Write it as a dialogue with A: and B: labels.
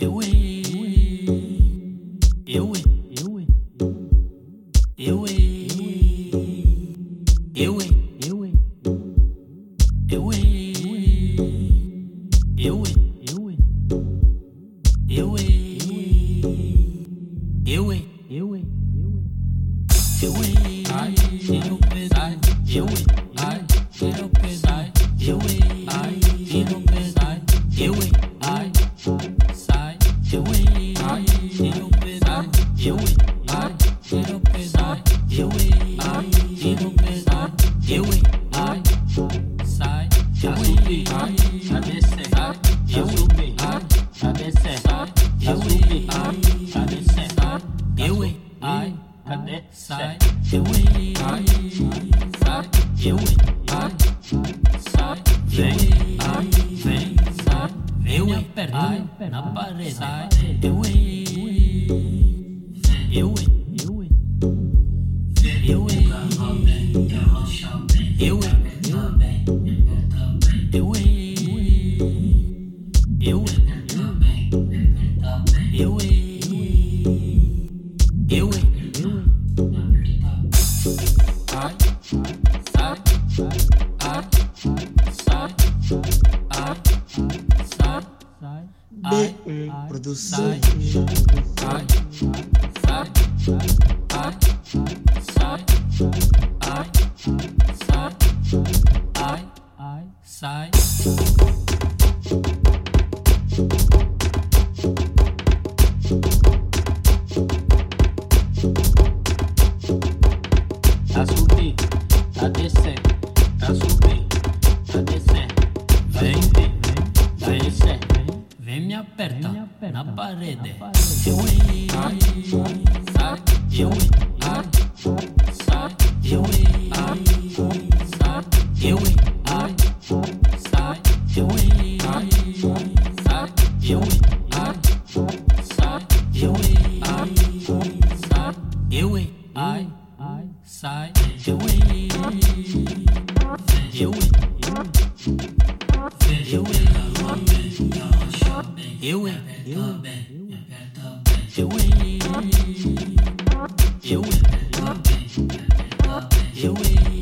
A: Eu e eu e eu e eu e eu e eu e eu e eu e eu e eu e eu e eu e eu e ai tiro pesai eu e ai tiro pesai eu e ai tiro pesai eu e ai sai eu e ai tiro pesai eu e ai tiro pesai eu e ai tiro pesai eu e ai sai eu e ai cabeça eu e ai cabeça eu e ai cabeça eu e ai cabeça eu e ai sai eu e ai sai eu e ai vem sai eu e ai na parede sai eu e eu e eu e eu e eu e eu e eu e eu e eu e ai sai ai sai ai sai ai
B: BE Produções.
A: ai sai ai sai ai sai ai ai sai Tá subir, tá descer, tá subir, tá descer. Vem, vem, vem, descer. Vem me apertar na parede. Eu e ai, sai, eu e ai, sai, eu e ai, sai, eu e ai, sai, eu e ai, sai, eu e ai, sai, eu e ai, sai, eu e ai, sai, eu e eu e eu e eu e eu e eu e eu e eu e